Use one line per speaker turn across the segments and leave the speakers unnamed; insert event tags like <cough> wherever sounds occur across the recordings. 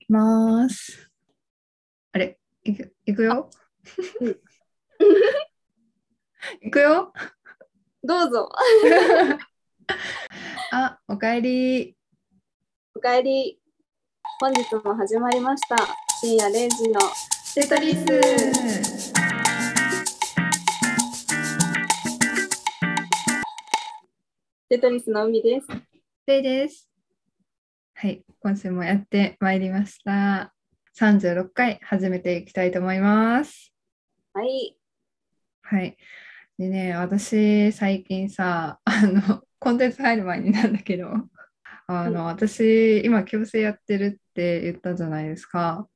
きます。あれ、いくいくよ <laughs> いくよ
どうぞ。
あ、おかえり。
おかえり。本日も始まりました。深夜0時の
テトリス。
テトリスの海です。
レイです。はい、今週もやってまいりました。36回始めていきたいと思います。
はい。
はい。でね、私、最近さ、あの、コンテンツ入る前になんだけど、あの、うん、私、今、矯正やってるって言ったじゃないですか。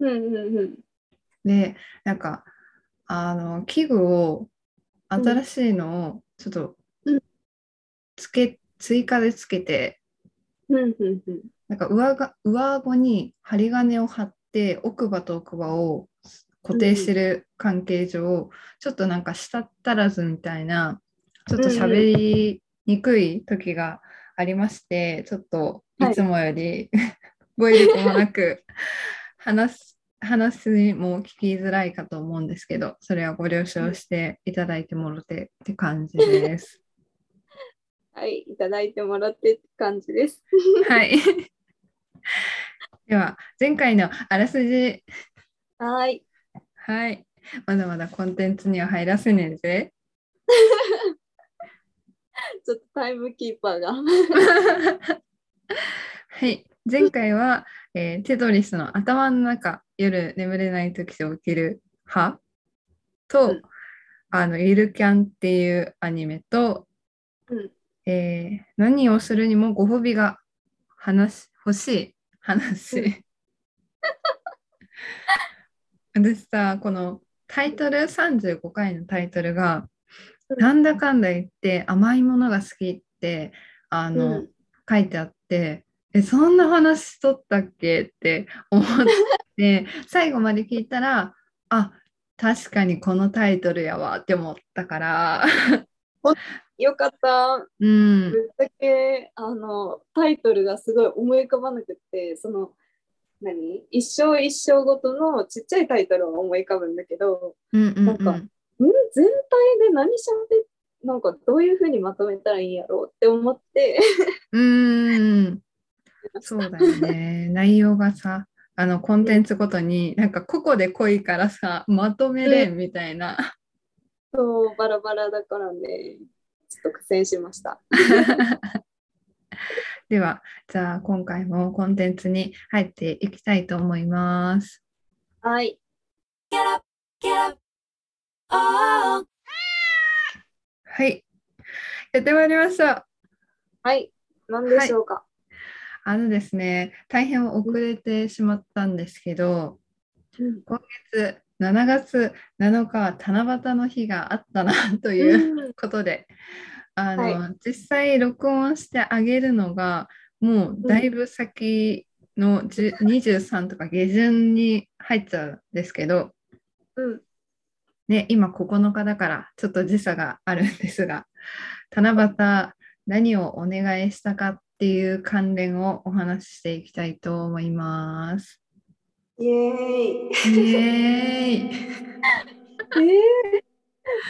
うんうんうん。
で、なんか、あの、器具を、新しいのを、ちょっと、つけ追加でつけて、
うんうんうん、
なんか上が上顎に針金を貼って奥歯と奥歯を固定してる関係上、うん、ちょっとなんか舌足らずみたいなちょっと喋りにくい時がありまして、うんうん、ちょっといつもより、 <laughs> はい、語彙力もなく話す話にも聞きづらいかと思うんですけどそれはご了承していただいてもろてって感じです。
はい、いただいてもらって感じです。
はい。 <laughs> では、前回のあらすじ。
はい。
はい。まだまだコンテンツには入らせねえぜ。
ちょっとタイムキーパーが。 <laughs>
はい。前回は、えー、テトリスの頭の中、夜眠れない時と起きる歯と、うん、あの、ゆるキャンっていうアニメと、
うん
えー、何をするにもご褒美が話欲しい話。うん、私さこのタイトル35回のタイトルが、うん、なんだかんだ言って甘いものが好きってあの、うん、書いてあってえそんな話しとったっけって思って <laughs> 最後まで聞いたらあ確かにこのタイトルやわって思ったから。
よかった。
うん。
ぶっちゃけ、あの、タイトルがすごい思い浮かばなくて、その、何一生一生ごとのちっちゃいタイトルは思い浮かぶんだけ
ど、うんうんうん、
なんか、ん全体で何しゃべって、なんかどういうふうにまとめたらいいんやろうって思って。 <laughs>
うん。そうだよね。内容がさ、あの、コンテンツごとに、なんか、ここで濃いからさ、まとめれんみたいな。
うん、そう、バラバラだからね。ちょっと苦戦しました。
では、じゃあ今回もコンテンツに入っていきたいと思います。
はい。
はい。やってまいりました。、
はい。何でしょうか、はい
あのですね、大変遅れてしまったんですけど、うん、今月7月7日七夕の日があったなということで、うん、あの、はい、実際録音してあげるのがもうだいぶ先の、うん、23とか下旬に入っちゃうんですけど、
うん
ね、今9日だからちょっと時差があるんですが七夕何をお願いしたかっていう関連をお話ししていきたいと思います。 <laughs>
イエ
ーイ。イエーイ。
えー、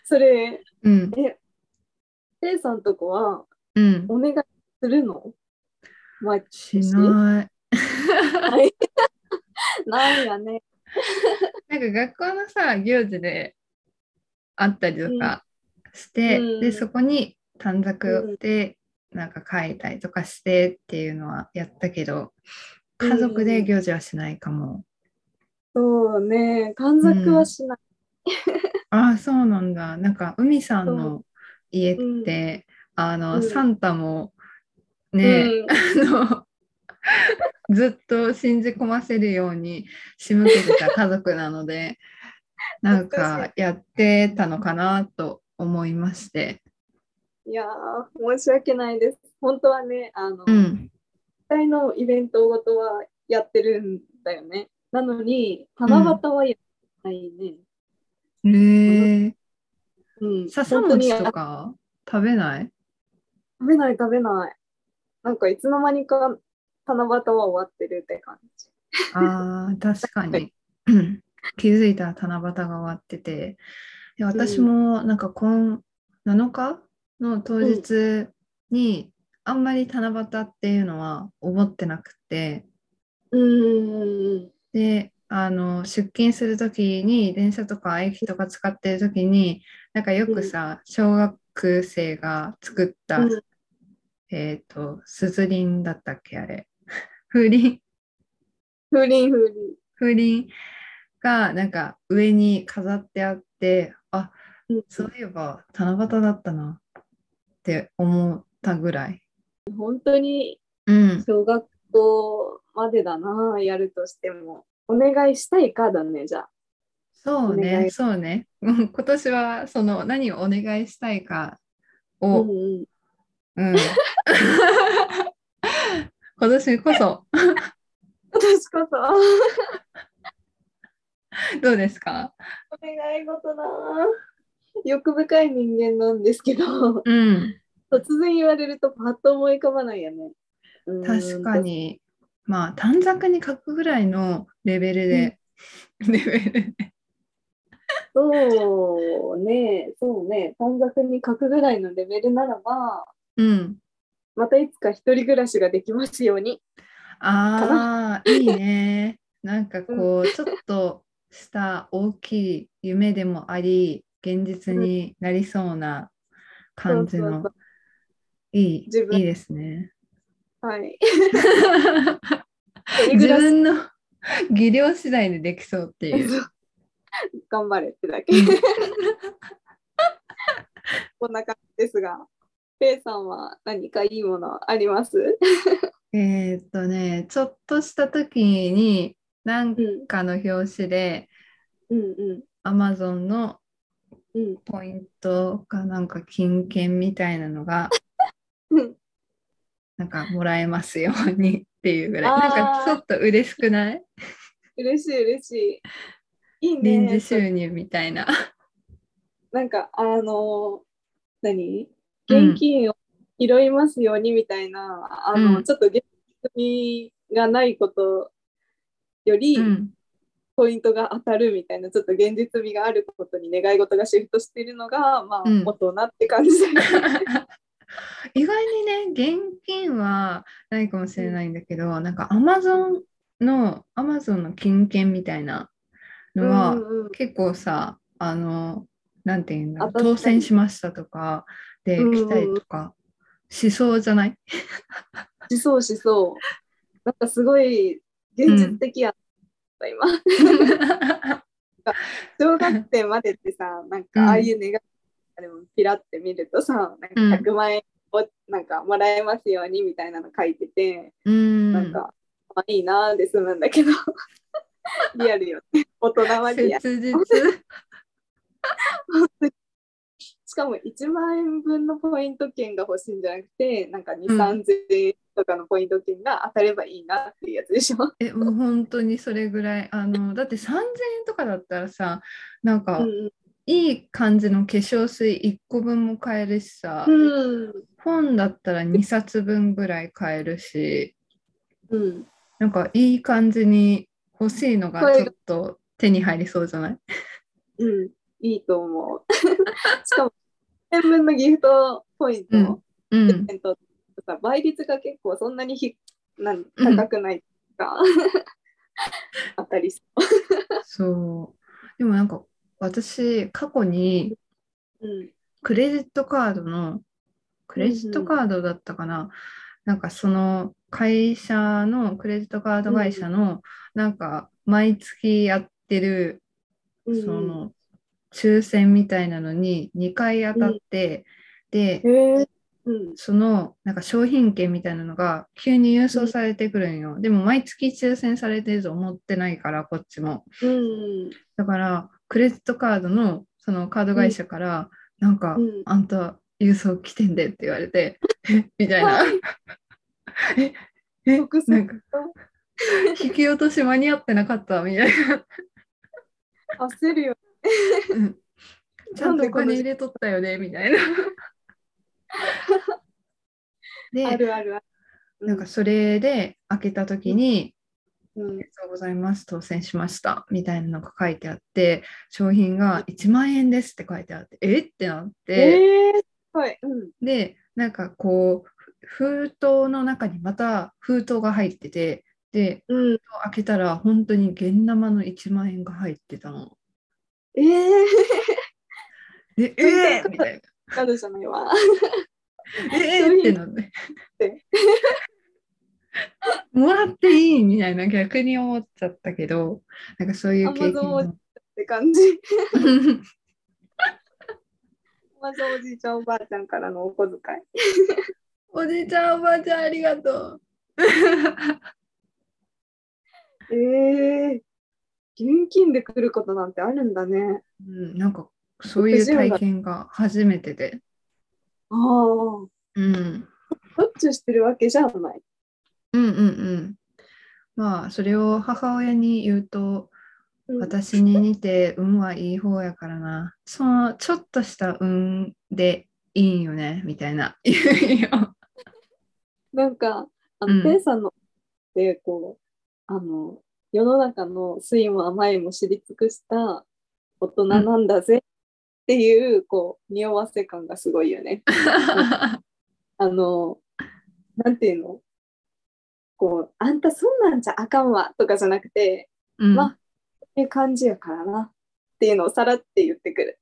それ、
うん、
え、ペイさんとこは、
うん、
お願いするの、
まあ、しない。
はい、 <laughs> なんやね。
なんか学校のさ、行事であったりとかして、うん、で、そこに短冊で、なんか書いたりとかしてっていうのはやったけど、家族で行事はしないかも。
そうね、短冊はしない。
うん、ああ、そうなんだ。なんか、海さんの家って、うん、あの、うん、サンタもね、あの、 <laughs> ずっと信じ込ませるように仕向けてた家族なの
<laughs>
で、なんかやってたのかなと思いまして。
いや申し訳ないです。本当はね、あの、体のイベントごとはやってるんだよね。なのに、七夕はやらないね。
うん、え
ー、うん。
笹餅とか食べない
食べない食べない。なんかいつの間にか七夕は終わってるって感じ。
ああ、確かに。うん気づいたら七夕が終わってて、で私もなんか今7日の当日に、あんまり七夕っていうのは思ってなくて、
うん。
で、あの出勤する時に電車とか駅とか使ってる時になんかよくさ、小学生が作った、
うん
えっ、とすずりんだったっけあれ <laughs> 風鈴
風鈴風鈴。
風鈴がなんか上に飾ってあってあ
うん
そういえば七夕だったなって思ったぐらい。
本当に
うん、
小学校までだな、やるとしても。お願いしたいかだね、じゃあ。
そう
お願
ね、
い
そうね。 <laughs> うん今年はその何をお願いしたいかを、
うんうん、
うん、今年こそ
私こそ、お
どうですか
願い事だな。欲深い人間なんですけど、 <laughs>
うん
突然言われるとパッと思い浮かばないよね。うーん
確か。にまあ短冊に書くぐらいのレベルで、レベルで
そうね、そうね、短冊に書くぐらいのレベルならば、
うん
またいつか一人暮らしができますように。
ああいいねなんかこうちょっとした大きい夢でもあり現実になりそうな感じ
そうそ
の
う
いい
自分
いいですね。
そうはい。一人
自
暮らし
分の技量次第でできそうっていう。
頑張れってだけ。 <laughs> こんな感じですが、ペイさんは何かいいものあります？
えーっとねちょっとした時に何
うん
かの表紙で
うんうん
Amazon の
うん
ポイントかなんか金券みたいなのが
うん。
なんかもらえますようにっていうぐらい
あー
なんかちょっと嬉しくない
嬉しい嬉しい。いい
臨時
ね。
収入みたいな。
なんかあの何？
うん
現金を拾いますようにみたいな、あの、
うん
ちょっと現金がないことより、
うん
ポイントが当たるみたいなちょっと現実味があることに願い事がシフトしてるのがま
う
あ、
ん
大人って感じだよね
<laughs> 意外にね現金はないかもしれないんだけど、なんかアマゾンのアマゾンの金券みたいなのは、
うんうん
結構さあのなんていうんだろう
当たったり
当選しましたとかで
うんうん
来たりとかしそうじゃ
<laughs>
ない、
しそうしそう。なんかすごい現実的やった、今。小学生までっ
<laughs>
てさ、なん
うん
かああいう願いでもピラって見るとさ、なんか100万円をなんかもらえますようにみたいなの書いてて、
うん
なんか、まあ、いいなーで済むんだけど、 <laughs> リアルよね。大人はリアル。
切実
しかも1万円分のポイント券が欲しいんじゃなくて、なんか2、
うん
3000円とかのポイント券が当たればいいなっていうやつでしょ。
えもう本当にそれぐらいあのだって3,000円とかだったらさなんか、
うん
いい感じの化粧水1個分も買えるしさ、
うん。
本だったら2冊分ぐらい買えるし
うん。
なんかいい感じに欲しいのが
買
ち
え
ょ
る
っと手に入りそうじゃない
うん、いいと思
<laughs>
う。しかも、1円分のギフトポイント、
う
プ
ん
レゼントとか倍率が結構そんなにひなん高くないか、 <laughs> あったりし
そうでもなんか私過去に
う。うん、
クレジットカードのクレジットカードだったかな、なんかその会社のクレジットカード会社のなんか毎月やってる
うん
その抽選みたいなのに2回当たって、で
へえ、うん、
そのなんか商品券みたいなのが急に郵送されてくるんよ、でも毎月抽選されてると思ってないからこっちも
うん、
だからクレジットカードのそのカード会社から、なんか、
うん
あんた郵送来てんでって言われてえみたいなええ
得する
なんか引き落とし間に合ってなかったみたいな
焦るよ。
うんちゃんとお金入れとったよねみたいな。
あ
で
るあるある。
なんかそれで開けた時に
うん
りがとうございます当選しましたみたいなのが書いてあって商品が1万円ですって書いてあってえってなって、
えー、すごい。うん。
でなんかこうふ封筒の中にまた封筒が入っててで
うん、
開けたら本当に現生の1万円が入ってたの。
ええ
で
そういう
えー
こと
みたいな。
ー、なるじゃないわ。
え
そう
ー
いう
ってなって
て。
<laughs> もらっていいみたいな逆に思っちゃったけどなんかそういう経験も
あまずって感じ。まずおじいちゃんおばあちゃんからのお小遣い。
<laughs> おじいちゃんおばあちゃんありがとう。
ええ現金で来ることなんてあるんだね。
うん、なんかそういう体験が初めてで。
ああ。
うん、
どっちゅうしてるわけじゃない。
うんうんうん。まあそれを母親に言うと
うん、
私に似て運はいい方やからなそのちょっとした運でいいんよねみたいな言うよ。
なんか、あ
うん
の、ペイさんのって、こう、あの、世の中の酸いも甘いも知り尽くした大人なんだぜっていう、こう、匂わせ感がすごいよね。あの、なんていうのこう、あんたそんなんじゃあかんわとかじゃなくて、
うん
まあ、こういう感じやからなっていうのをさらって言って
<laughs>
くる。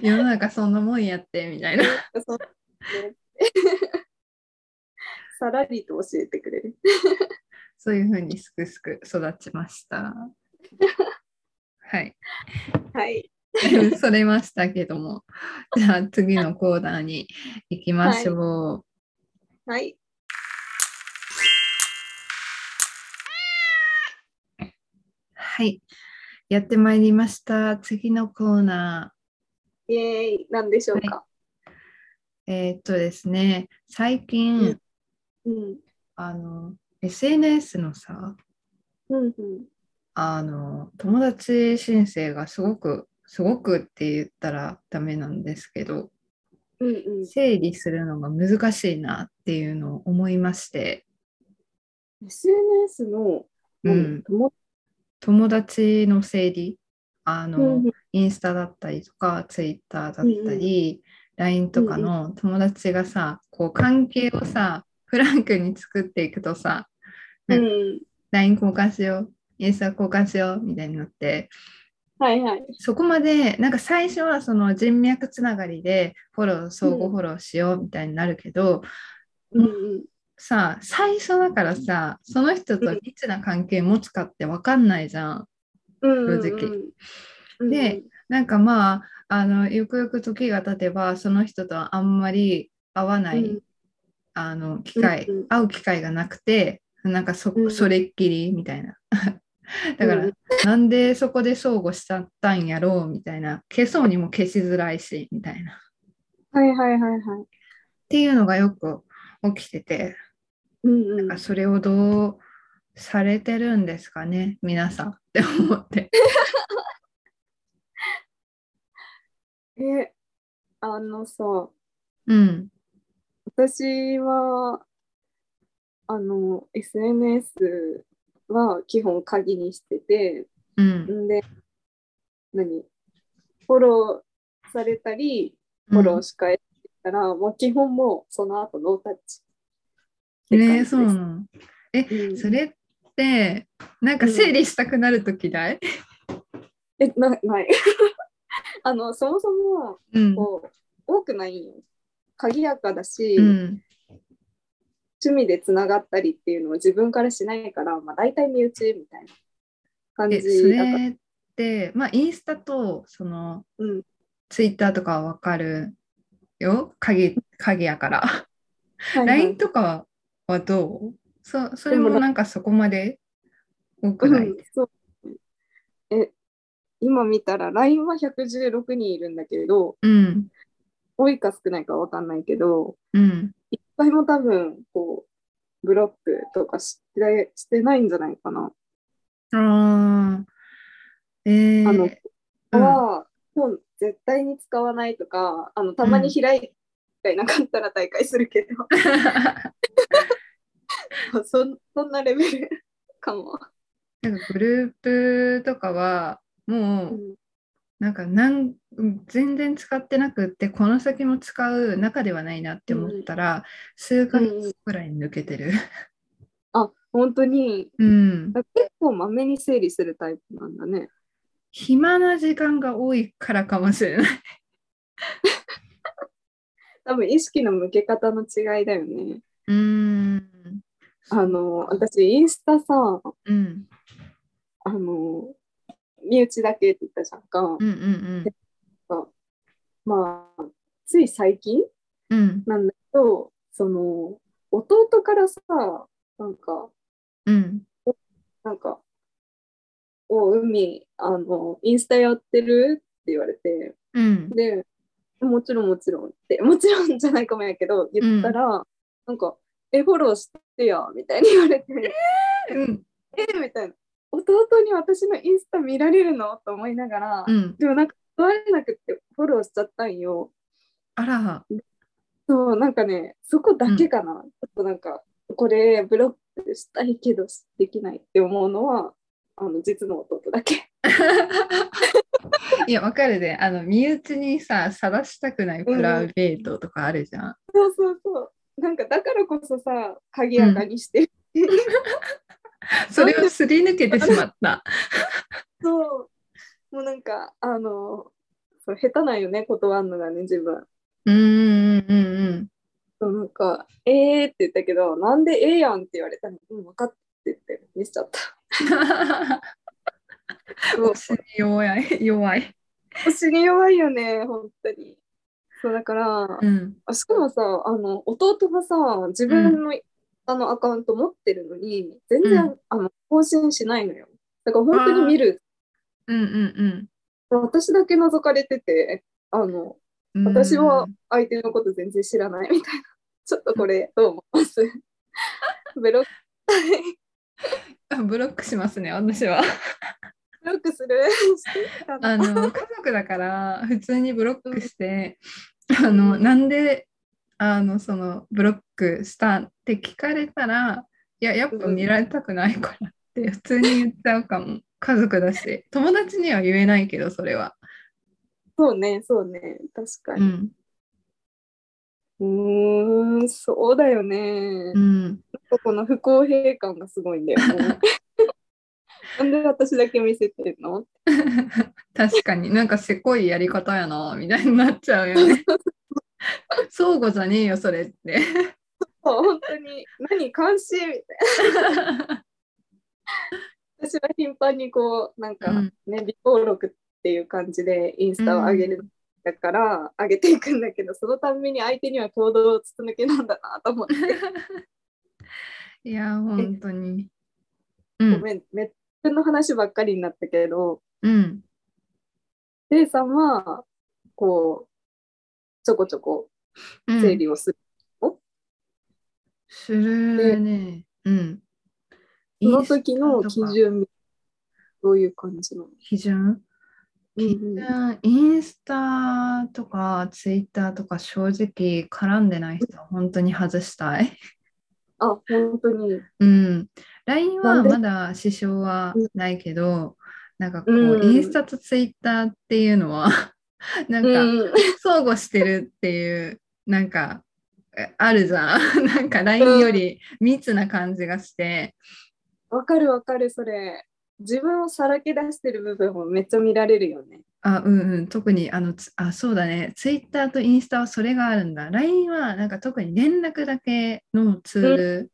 世の中そんなもんやってみたいな。
そうねさらりと教えてくれる。
そういうふうにすくすく育ちました。はい。 <laughs>
はい。
それましたけども。じゃあ次のコーナーに行きましょ
はい。
う。はい、やってまいりました。次のコーナ
イエーイ。なんでしょうか。
ー。えーっとですね、最近、
うんうん。
あの、SNS のさ、
うんうん。
あの、友達申請がすごく、すごくって言ったらダメなんですけど、
うんうん
整理するのが難しいなっていうのを思いまして、
SNS の、
うん、
友
友達の整理あの、
うんうん
インスタだったりとかツイッターだったり、LINE とかの友達がさこう関係をさフランクに作っていくとさ
う
うん
ん。
LINE 交換しようインスタ交換しようみたいになって
はいはい。
そこまでなんか最初はその人脈つながりでフォロー相互フォローしようみたいになるけど、
うんうん。
さ最初だからさその人と密な関係持つかって分かんないじゃん。
うんうんうん
正直
うんうん
で、なんかまああのゆくゆく時が経てばその人とはあんまり会わない、
うん
あの機会、
うんうん
会う機会がなくてなんかそ,、
うん
それっきりみたいな <laughs> だから、
うん
なんでそこで相互しちゃったんやろうみたいな消そうにも消しづらいしみたいなっ
はいはいはいはい。
ていうのがよく起きてて
うんうん。
なんかそれをどうされてるんですかね皆さんって思って。
え、あのさ、
うん
私は、あの、SNS は基本鍵にしてて、
うん
んで、何フォローされたり、フォローしかえたら、もう基本もうその後ノータッ
う
チ。
ん
って感じ
ね
で
え
す
そうなの。
うん
それってなんか整理したくなると嫌い、
え、なない。 <laughs> あの、そもそも、
うん
こう、多くないんよ。鍵やかだし、
うん
趣味でつながったりっていうのを自分からしないから、まあ、大体身内みたいな感
で
じ
そ
だから。
れってまあインスタとその
うん、
ツイッターとかは分かるよ鍵鍵やから、
はいはい
LINE とかはどうそそれ
で
も
も
なんかそこまで多く
う
ない、
ん、そう。え、今見たら LINE は116人いるんだけど、
うん
多いか少ないかわかんないけど、
うん
いっぱいも多分、こう、ブロックとかしてしてないんじゃないかな。
あーえー、
あの
うん <laughs>
は、もう絶対に使わないとか、あの、たまに開いていなかったら大会するけど、
<laughs>
そんそんなレベルかも。
なんかグループとかはもう
う
なんかなん全然使ってなくってこの先も使う中ではないなって思ったら、数ヶ月ぐらい抜けてる。
あ本当に
うん、
結構まめに整理するタイプなんだね。
暇な時間が多いからかもしれない。
多分意識の向け方の違いだよね。
うん。
あの私インスタさ
うん
あの身内だけって言ったじゃんか
う、んうん
まあつい最近
うんうん
なんだけどその弟からさなんか
うん
なんか「お海あのインスタやってる?」って言われて
うん
で「もちろんもちろん」って「もちろん <laughs> じゃないかもやけど」言ったら、なんか「えフォローしてや」みたいに言われて
うん
「えみたいな弟に私のインスタ見られるのと思いながら、
うん
でもなんか断れなくってフォローしちゃったんよ。
あら
そうなんかねそこだけかな、ちょっとなんかこれブロックしたいけどできないって思うのはあの実の弟だけ。 <laughs>
いやわかるであの身内にさ晒したくないプライベートとかあるじゃん。
そうそうそうなんかだからこそさ鍵やかにしてる、
それをすり抜けてしまった。
そうもうなんかあのそう下手なんよね断るのがね自分。
うんうんうんうん。
そうなんか「えー」って言ったけど「なんでええやん」って言われたの「うん分かって」って言って見せちゃった。 <laughs> そう
<laughs> 腰に弱い弱い。
腰に弱いよね本当に。そうだから、
うん
あしかもさあの弟がさ自分の,、あのアカウント持ってるのに全然、
う
あの更新しないのよだから本当に見る
うんうん
私だけ覗かれててあの
うん。
私は相手のこと全然知らないみたいなちょっとこれどう思います <laughs> ブロック <laughs>
うんブロックしますね私は。
ブロックするしてたの
あ
<laughs>
の家族だから普通にブロックして、
ん
あのなんであのそのブロックしたって聞かれたらいややっぱ見られたくないからって普通に言っちゃうかも家族だし友達には言えないけどそれは。
そうねそうね確か
う
に
ん
うーんそうだよね、
うん、
この不公平感がすごいんだよ <laughs> ねなんで私だけ見せてんの
確かになんかせこいやり方やなみたいになっちゃうよ
<laughs>
ね。相互じゃねえよそれって。
そう本当に何監視みたいな私は頻繁にこうなんか
う
ね
ん、
微登録っていう感じでインスタを上げる、だから上げていくんだけどそのたんびに相手には行動を筒抜けなんだなと思って、
いや本当に。うん
ごめんめっちゃの話ばっかりになったけど
うん、
レイさんはこうちょこちょこ
うん
整理をする、
するね。うん。
その時の
インスタと
基
か
準どういう感じなの、
基準基準、インスタとかツイッターとか正直絡んでない人は本当に外したい。 <laughs>
あ本当に
うん。LINE
な
は
んで
まだ支障はないけど、なんかこう、
うん
インスタとツイッターっていうのは <laughs> なんか、
うん
相互してるっていうなんかえあるじゃん <laughs> なんか LINE より密な感じがして、
わかるわかるそれ自分をさらけ出してる部分もめっちゃ見られるよね
あうんうん特にあのつあそうだねツイッターとインスタはそれがあるんだ LINE はなんか特に連絡だけのツール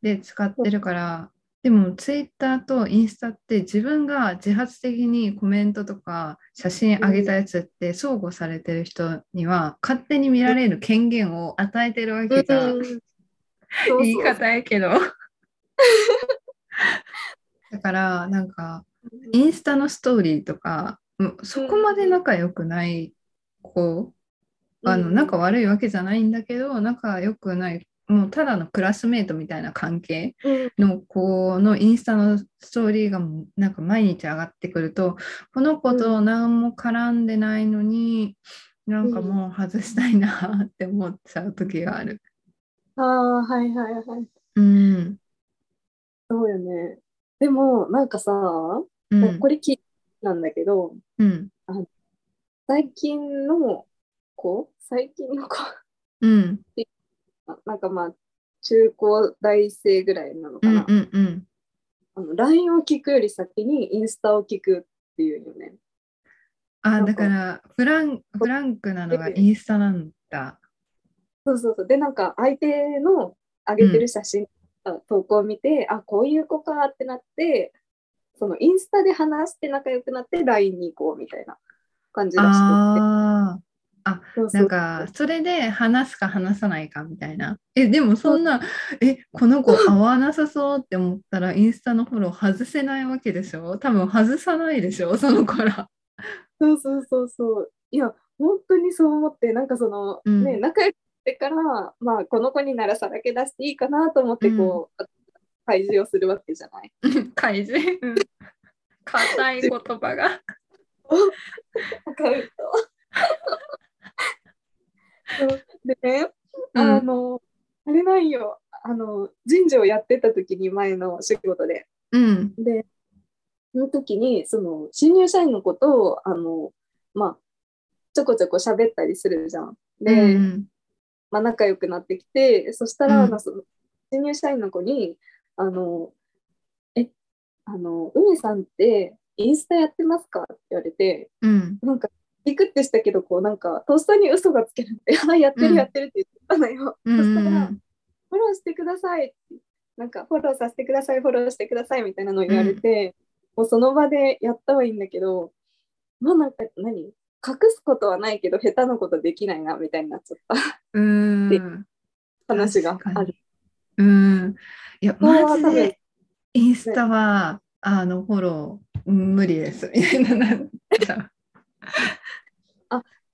で使ってるから、でもツイッターとインスタって自分が自発的にコメントとか写真上げたやつって相互されてる人には勝手に見られる権限を与えてるわけじゃん
うんそうそう
言い方やけど。だからなんかインスタのストーリーとかうんそこまで仲良くない子あの仲悪いわけじゃないんだけど仲良くないもうただのクラスメートみたいな関係
うん
の子のインスタのストーリーがもうなんか毎日上がってくるとこの子と何も絡んでないのになんかもう外したいなって思っちゃう時がある。
ああはいはいはい
うん。
そうよね。でも、なんかさ、
う
もうんこ。れ聞いなんだけど、
うん。
最近の子、最近の子、
うん。
なんかまあ、中高大生ぐらいなの
う
か
ん。
な。
うん。うん。
あの LINE を聞くより先にインスタを聞くっていうよね。
あ、
なんか
だから、フラン、フランクなのがインスタなんだ。
そうそうそう。で、なんか相手の上げてる写真、投稿を見て、あ、こういう子かってなって、そのインスタで話して仲良くなって LINE に行こうみたいな感じらしく
ああ。
て。そうそう
なんか、それで話すか話さないかみたいな。え、でもそんな、え、この子合わなさそうって思ったら、インスタのフォロー外せないわけでしょ多分外さないでしょその子ら。
そうそうそうそう。いや、本当にそう思って、なんかその、
うん
ね、仲良くなってから、まあ、この子にならさらけ出していいかなと思って、こう、開示をするわけじゃない。
開示。硬い言葉が。
アカウント。そうでね、
うん
あの、あれなんよ、あの、神社をやってた時に前の仕事で。
うん。
で、その時に、その、新入社員のことを、あの、まあ、ちょこちょこ喋ったりするじゃん。で、
うん
まあ、仲良くなってきて、そしたら、
うん
あのその新入社員の子に、あの、え、あの、海さんってインスタやってますかって言われて、
うん。
なんか、ビクってしたけど、こう、なんか、とっさに嘘がつけるって、あ、やって
うん
るやってるって言ったのよ。
うん。う
そしたら、
ん
フォローしてください。なんか、フォローさせてください、フォローしてくださいみたいなのを言われて、もうその場でやったはいいんだけど、まあなんか何、隠すことはないけど、下手なことできないな、みたいになっちゃった
うん。
で
<laughs>
話が
確か
あ
に
る。
うん。いや、
これ
マ
は
ジ
多分
でインスタは、あの、フォロー無理です。みたいななっち
<laughs>
ゃう。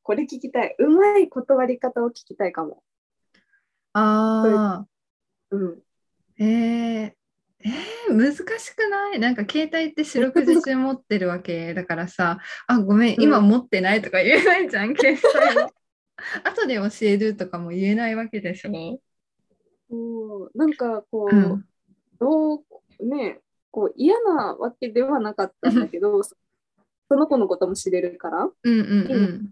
これ聞きたい。うまい断り方を聞きたいかも。
ああ。
うん。
えー、えー難しくないなんか携帯って四六時中持ってるわけだからさ、あ、ごめん、今持ってないとか言えないじゃん、携帯
<laughs>
を。後で教えるとかも言えないわけでしょ。
そうなんかこう、
うん
どうねこう嫌なわけではなかったんだ
<laughs>
けど、そその子のことも知れるから
うんうんうん。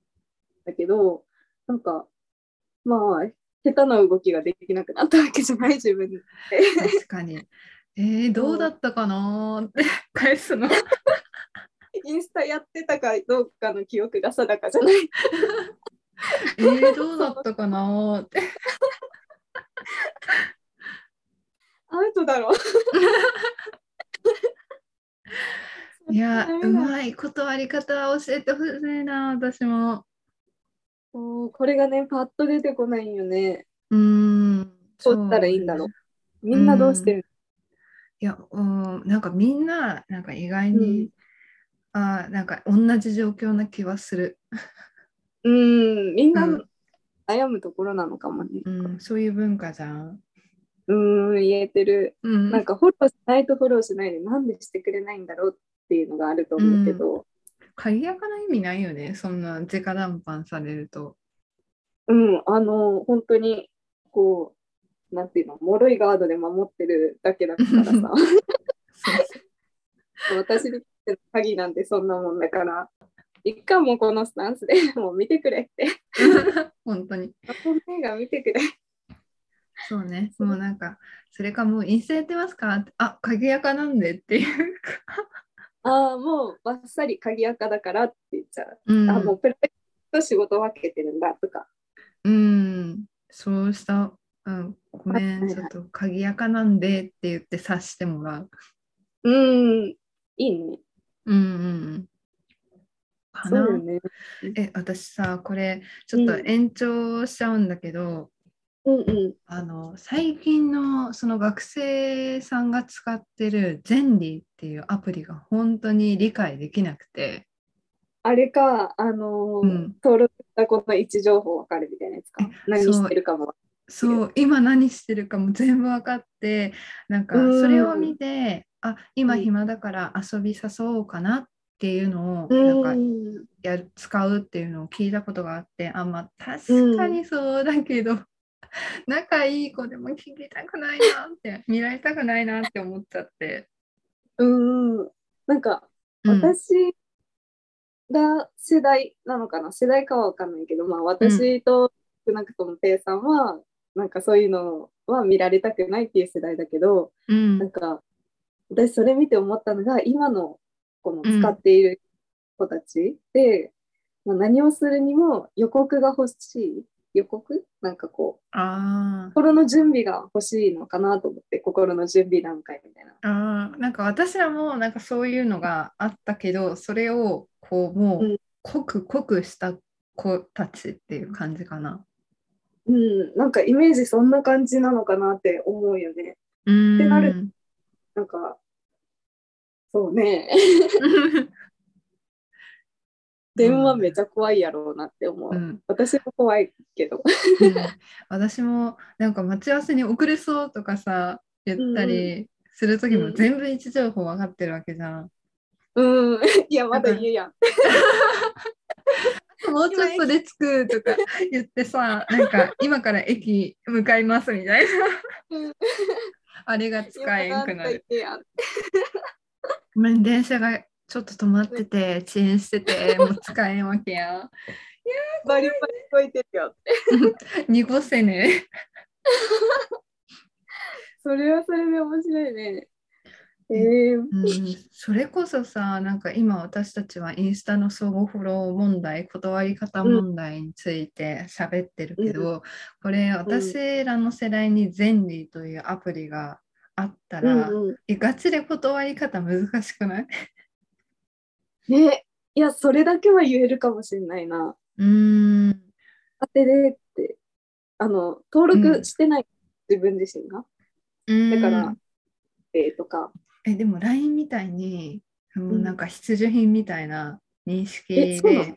だけど、なんかまあ下手な動きができなくなったわけじ
<laughs>
ゃない自分で。
確かに。えー、どうだったかなーって返すの。
インスタやってたかどうかの記憶が定かじゃない。
えー、どうだったかなーって。
アウトだろ。
<laughs> <laughs> いや、
ダメだ
うまい断り方教えてほしいな、私も。
そうこれがねパッと出てこないよね。
うーん。
どうしたらいいんだろう。みんなどうしてる
いや、うん、なんかみんな、なんか意外に、あーなんか同じ状況な気はする、
うん、みんな
うん
悩むところなのかもね。
うん、そういう文化じゃん。
うーん、言えてる。
うん、
なんかフォローしないとフォローしないで、なんでしてくれないんだろうっていうのがあると思うけど、
鍵やかな意味ないよね、そんな直談判されると。
うん、あの、本当に、こう、なんていうの、脆いガードで守ってるだけだからさ、
そう
<laughs> 私にとっての鍵なんてそんなもんだから、一回もうこのスタンスでもう見てくれって、
そう <laughs> 本当に。
この映画見てくれ。
そうね、もうなんか、それかもう陰性やってますかってあ、鍵やかなんでっていうか。
ああ、もうばっさり鍵垢だからって言っちゃう。
うん、
あ、もうプライベートと仕事分けてるんだとか。
うん、そうした、うん、ごめ
はいは
ん、
い
ちょっと鍵やかなんでって言って察してもらう。
うん、いいね。
うんうんうん。か
そ
な
うよね。
え私さこれちょっと
うん
延長しちゃうんだけど、
うんうん。
あの最近のその学生さんが使ってる Zenly っていうアプリが本当に理解できなくて
あれか、あのー
うん
登録したこの位置情報わかるみたいなやつか。何
そう
してるかも。
そう今何してるかも全部分かってなんか
うん
それを見てあ今
うん
暇だから遊び誘おうかなっていうのを
う
なんんか
うん
やる使うっていうのを聞いたことがあってあまあ確かにそうだけど、 <laughs> 仲いい子でも聞きたくないなって、見られたくないなって思っちゃって。
うんうん。なんか、
うん、
私が世代なのかな、世代かは分かんないけど、まあ、私と少なくともペイさんは、なんかそういうのは見られたくないっていう世代だけど、
うん
なんか私それ見て思ったのが今のこの使っている子たちで、まあ、何をするにも予告が欲しい予告なんかこう
あー
心の準備が欲しいのかなと思って心の準備段階みたいな。
あーなんか私らもなんかそういうのがあったけどそれをこうも
う
うん濃く濃くした子たちっていう感じかな。
うん、なんかイメージそんな感じなのかなって思うよね。
うーん
ってなるなんか、そうね、 <laughs> 電話めちゃ怖いやろうなって思う。
うん、
私も怖いけど。
うん私もなんか待ち合わせに遅れそうとかさ言ったりする時
う
も
ん
全部位置情報分かってるわけじゃん。
うん、いや、まだ家やん。
もうちょっとで着くとか言ってさなんか今から駅向かいますみたいな
うん
あれが <laughs> 使えんくなる。
今なんか
ごめん電車がちょっと止まってて遅延しててもう使えんわけや。
家やんバリバリ動いてるよ。
濁せね
それはそれで面白いね。えー、
うん、それこそさなんか今私たちはインスタの相互フォロー問題断り方問題について喋ってるけど、これ私らの世代に「ゼンリーというアプリがあった
う
ら、
んうん
えガチで断り方難しくない
ね、いや、それだけは言えるかもしれないな。
うーん
当てでって、あの、登録してない、自分自身が。だから
うん
えーとか。
えでも LINE みたいにもううんなんか必需品みたいな認識
え
で、
そうなの
い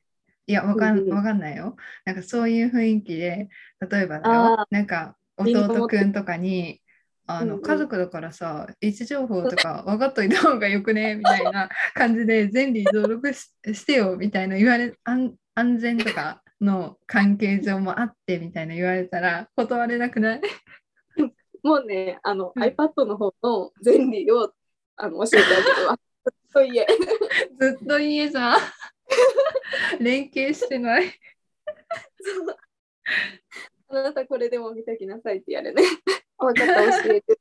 やわか
うん
ん
うん
わかんないよなんかそういう雰囲気で例えばだ
あ
よなんか
リンク持
弟
って
くんとかにあの、
うんうん
家族だからさ位置情報とか分かっといた方がよくねみたい
<laughs>
な感じで全理登録ししてよみたいな言われ安安全とかの関係上もあってみたいな言われたら断れなくない <laughs>
もうね、あの、
うん
iPad の方の前理をあの教えてあげるわ。 <laughs> といえ、
ずっと家じ
<laughs>
ゃん連携してない
あなたこれでも見ときなさいってやる <laughs> ね。分かった、教えて。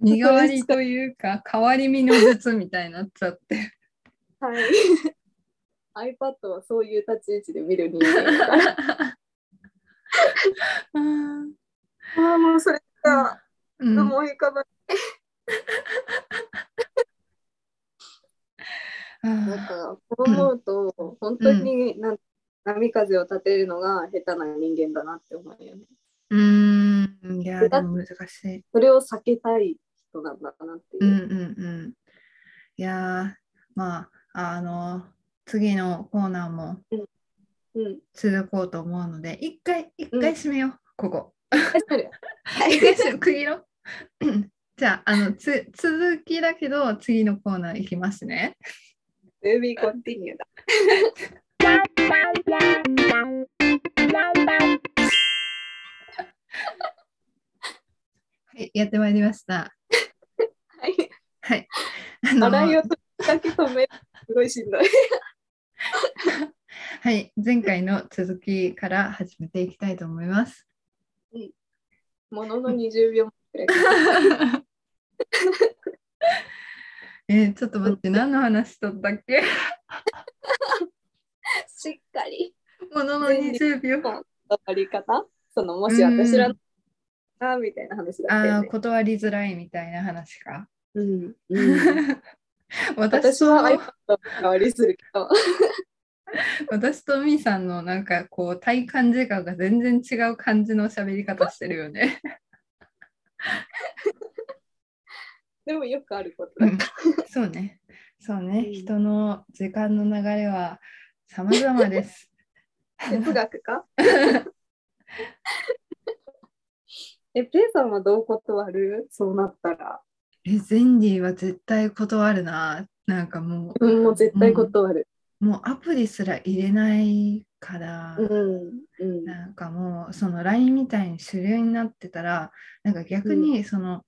身代わりというか変わり身の術みたいになっちゃって
はい。iPad はそういう立ち位置で見る人間だから。
うん
<laughs> ああ、もうそれが
うん
思い浮かばない。なんか、こう思うと、本当になん波風を立てるのが下手な人間だなって思うよね。
うんいやでも難しい
それを避けたい人なんだなっていう
うんうん
う。
うんいやーまああの次のコーナーも
うん。
続こうと思うので一回一回締めよう、ここ
確かに
一
<laughs>
回締め区切ろうじゃああのつ続きだけど次のコーナーいきますね
To be continued だ。
はいやってまいりました
はい。
はいあの
笑いをとりだけ止める。すごいしんど <laughs> い。
はい、前回の続きから始めていきたいと思います。
ものの20秒くらい。
<laughs> えーちょっと待って、何の話しとったっ
<laughs>
け
<laughs> しっかり。
ものの20秒。
断り方その、もし私らの、あーみたいな話だ
あ
ったよ
あ、
ね。
断りづらいみたいな話か。
うん <laughs> うん、
<laughs>
私
私
は
は
iPad の代わりするけど。
私とみーさんのなんかこう体感時間が全然違う感じの喋り方してるよね。
でもよくあることだ。
そうね。そう
う
ね。
ん
人の時間の流れは様々
<laughs>
です。
哲学 <laughs> かえ、ペイさんはどう断るそうなったら。
え、ゼンディは絶対断るな。なんかもう。
うん、もう絶対断る。
もうアプリすら入れないから、
うんうん
なんかもうその LINE みたいに主流になってたらなんか逆にその、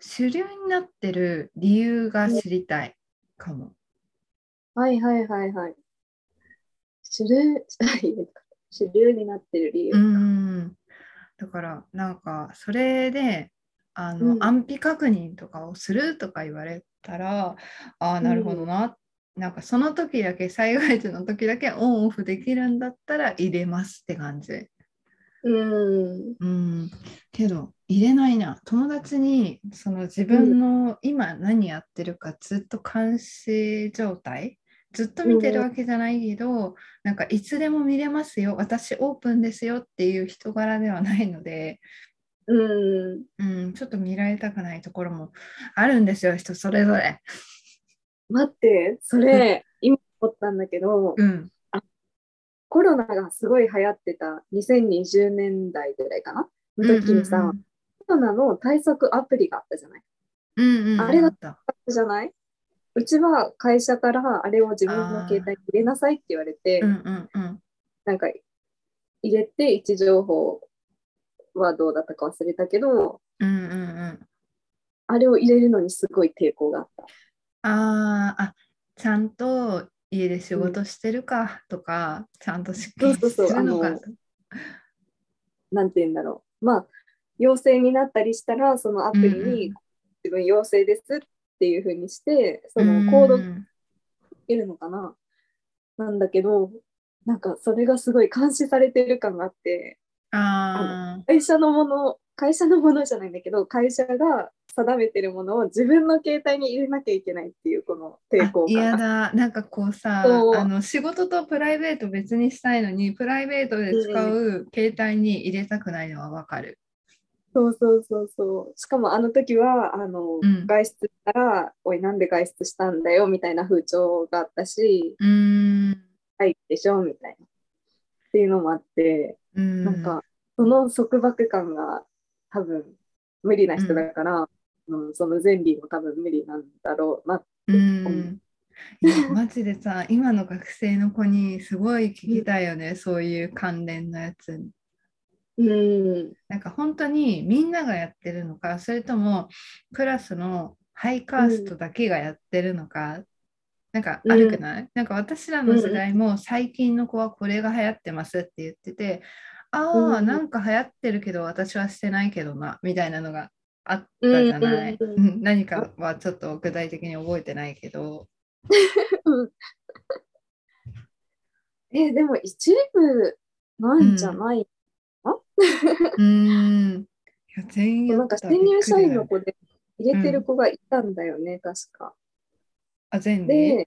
主流になってる理由が知りたいかも。
はいはいはいはい。主流、主流になってる理由。
うんだからなんかそれであの、
うん
安否確認とかをするとか言われたらああなるほどな、なんかその時だけ災害時の時だけオンオフできるんだったら入れますって感じ。
うん。
うん、けど入れないな友達にその自分の今何やってるかずっと監視状態ずっと見てるわけじゃないけど、なんかいつでも見れますよ私オープンですよっていう人柄ではないので、
うん。
うん、ちょっと見られたくないところもあるんですよ人それぞれ。
待って、それ、今思ったんだけど、
うん、
コロナがすごい流行ってた2020年代ぐらいかなの時にさ、コロナの対策アプリがあったじゃない
うんうんうんうん、
あれだ
った。
じゃないうちは会社からあれを自分の携帯に入れなさいって言われて、
うんうんうん
なんか入れて位置情報はどうだったか忘れたけど、
うんうんうん
あれを入れるのにすごい抵抗があった。
あーあちゃんと家で仕事してるかとか、ちゃんとしっかり
そうそうそう
してるの
あ
か
のなんて言うんだろう。まあ、陽性になったりしたら、そのアプリ
うんうん
に自分陽性ですっていうふうにして、そ
うん
の行動をけるのかな。なんだけど、なんかそれがすごい監視されてる感があって、
あー
会社のもの、会社のものじゃないんだけど、会社が定めてるものを自分の携帯に入れなきゃいけないっていう、この抵抗
あ嫌
感が。
だなんかこうさ
そう
あの仕事とプライベート別にしたいのにプライベートで使う携帯に入れたくないのはわかる、
そうそうそうそう。しかもあの時は、あの、
うん
外出したら、おい、なんで外出したんだよみたいな風潮があったし、
うーん
はいでしょみたいな。っていうのもあって、
うん
なんかその束縛感が多分無理な人だから、うんその前理も多分無理なんだろうな。
うんいやマジでさ今の学生の子にすごい聞きたいよね、そういう関連のやつ
うん。
なんか本当にみんながやってるのか、それともクラスのハイカーストだけがやってるのか、なんかあるくない、なんか私らの世代も最近の子はこれが流行ってますって言ってて、ああ、
うん
なんか流行ってるけど私はしてないけどな、みたいなのがあったじゃない。
うん
うん <laughs> 何かはちょっと具体的に覚えてないけど。
<laughs> え、でも一部ないんじゃない、
うーん。いや全員や
なん
っ
か
てた
新
らびっくりだよ
入社員の子で入れてる子がいたんだよね、確か。
あ、全員
で、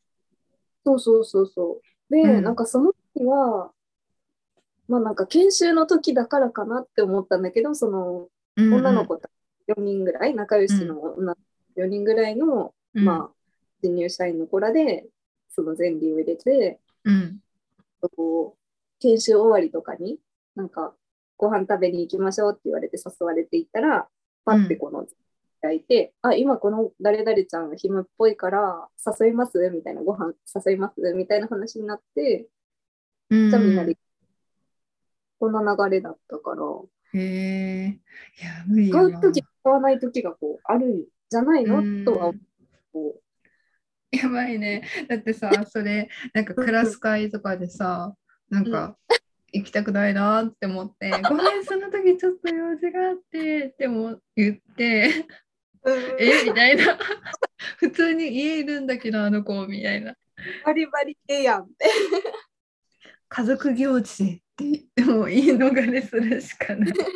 そうそうそうそう。で、
うん
なんかその時は、まあなんか研修の時だからかなって思ったんだけど、その女の子たち4人ぐらい、仲良しの女4人ぐらいの、まあ、新入社員の子らで、その前輪を入れて、
あ、うん。
こう、研修終わりとかに、なんか、ご飯食べに行きましょうって言われて誘われていったら、パッてこの、開いて、あ、今この誰々ちゃん暇っぽいから、誘いますみたいな、ご飯誘いますみたいな話になって、
うん
じゃあみんなで、こんな流れだったから、
へえ、いや、無理
使
や
う
な。
とき、使わないときがこう、あるんじゃないの
うん
とは、こ
やばいね。だって <laughs> さ、それ、なんかクラス会とかでさ、なんか、行きたくないなって思って、ごめん、その時ちょっと用事があって、っても言って、 <laughs>
う、
えみたいな。 <laughs> 普通に家いるんだけど、あの子、みたいな。
バリバリ系やんって。
家族行事でって、 <laughs> もう言い逃れするしかない。
七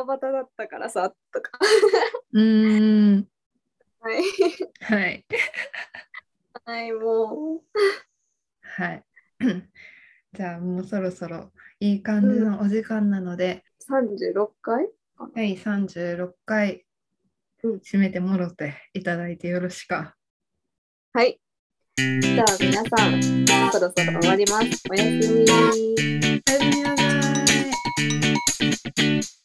夕だったからさ、とか。
<laughs> うーん、
はい。
はい。
はい、もう。
はい。 <coughs> じゃあもうそろそろいい感じのお時間なので、
36回
第36回
うん
締めてもろていただいてよろしか。
はい。じゃあ皆さん、そろそろ終わります。おやす
お
み。
やすみなさい。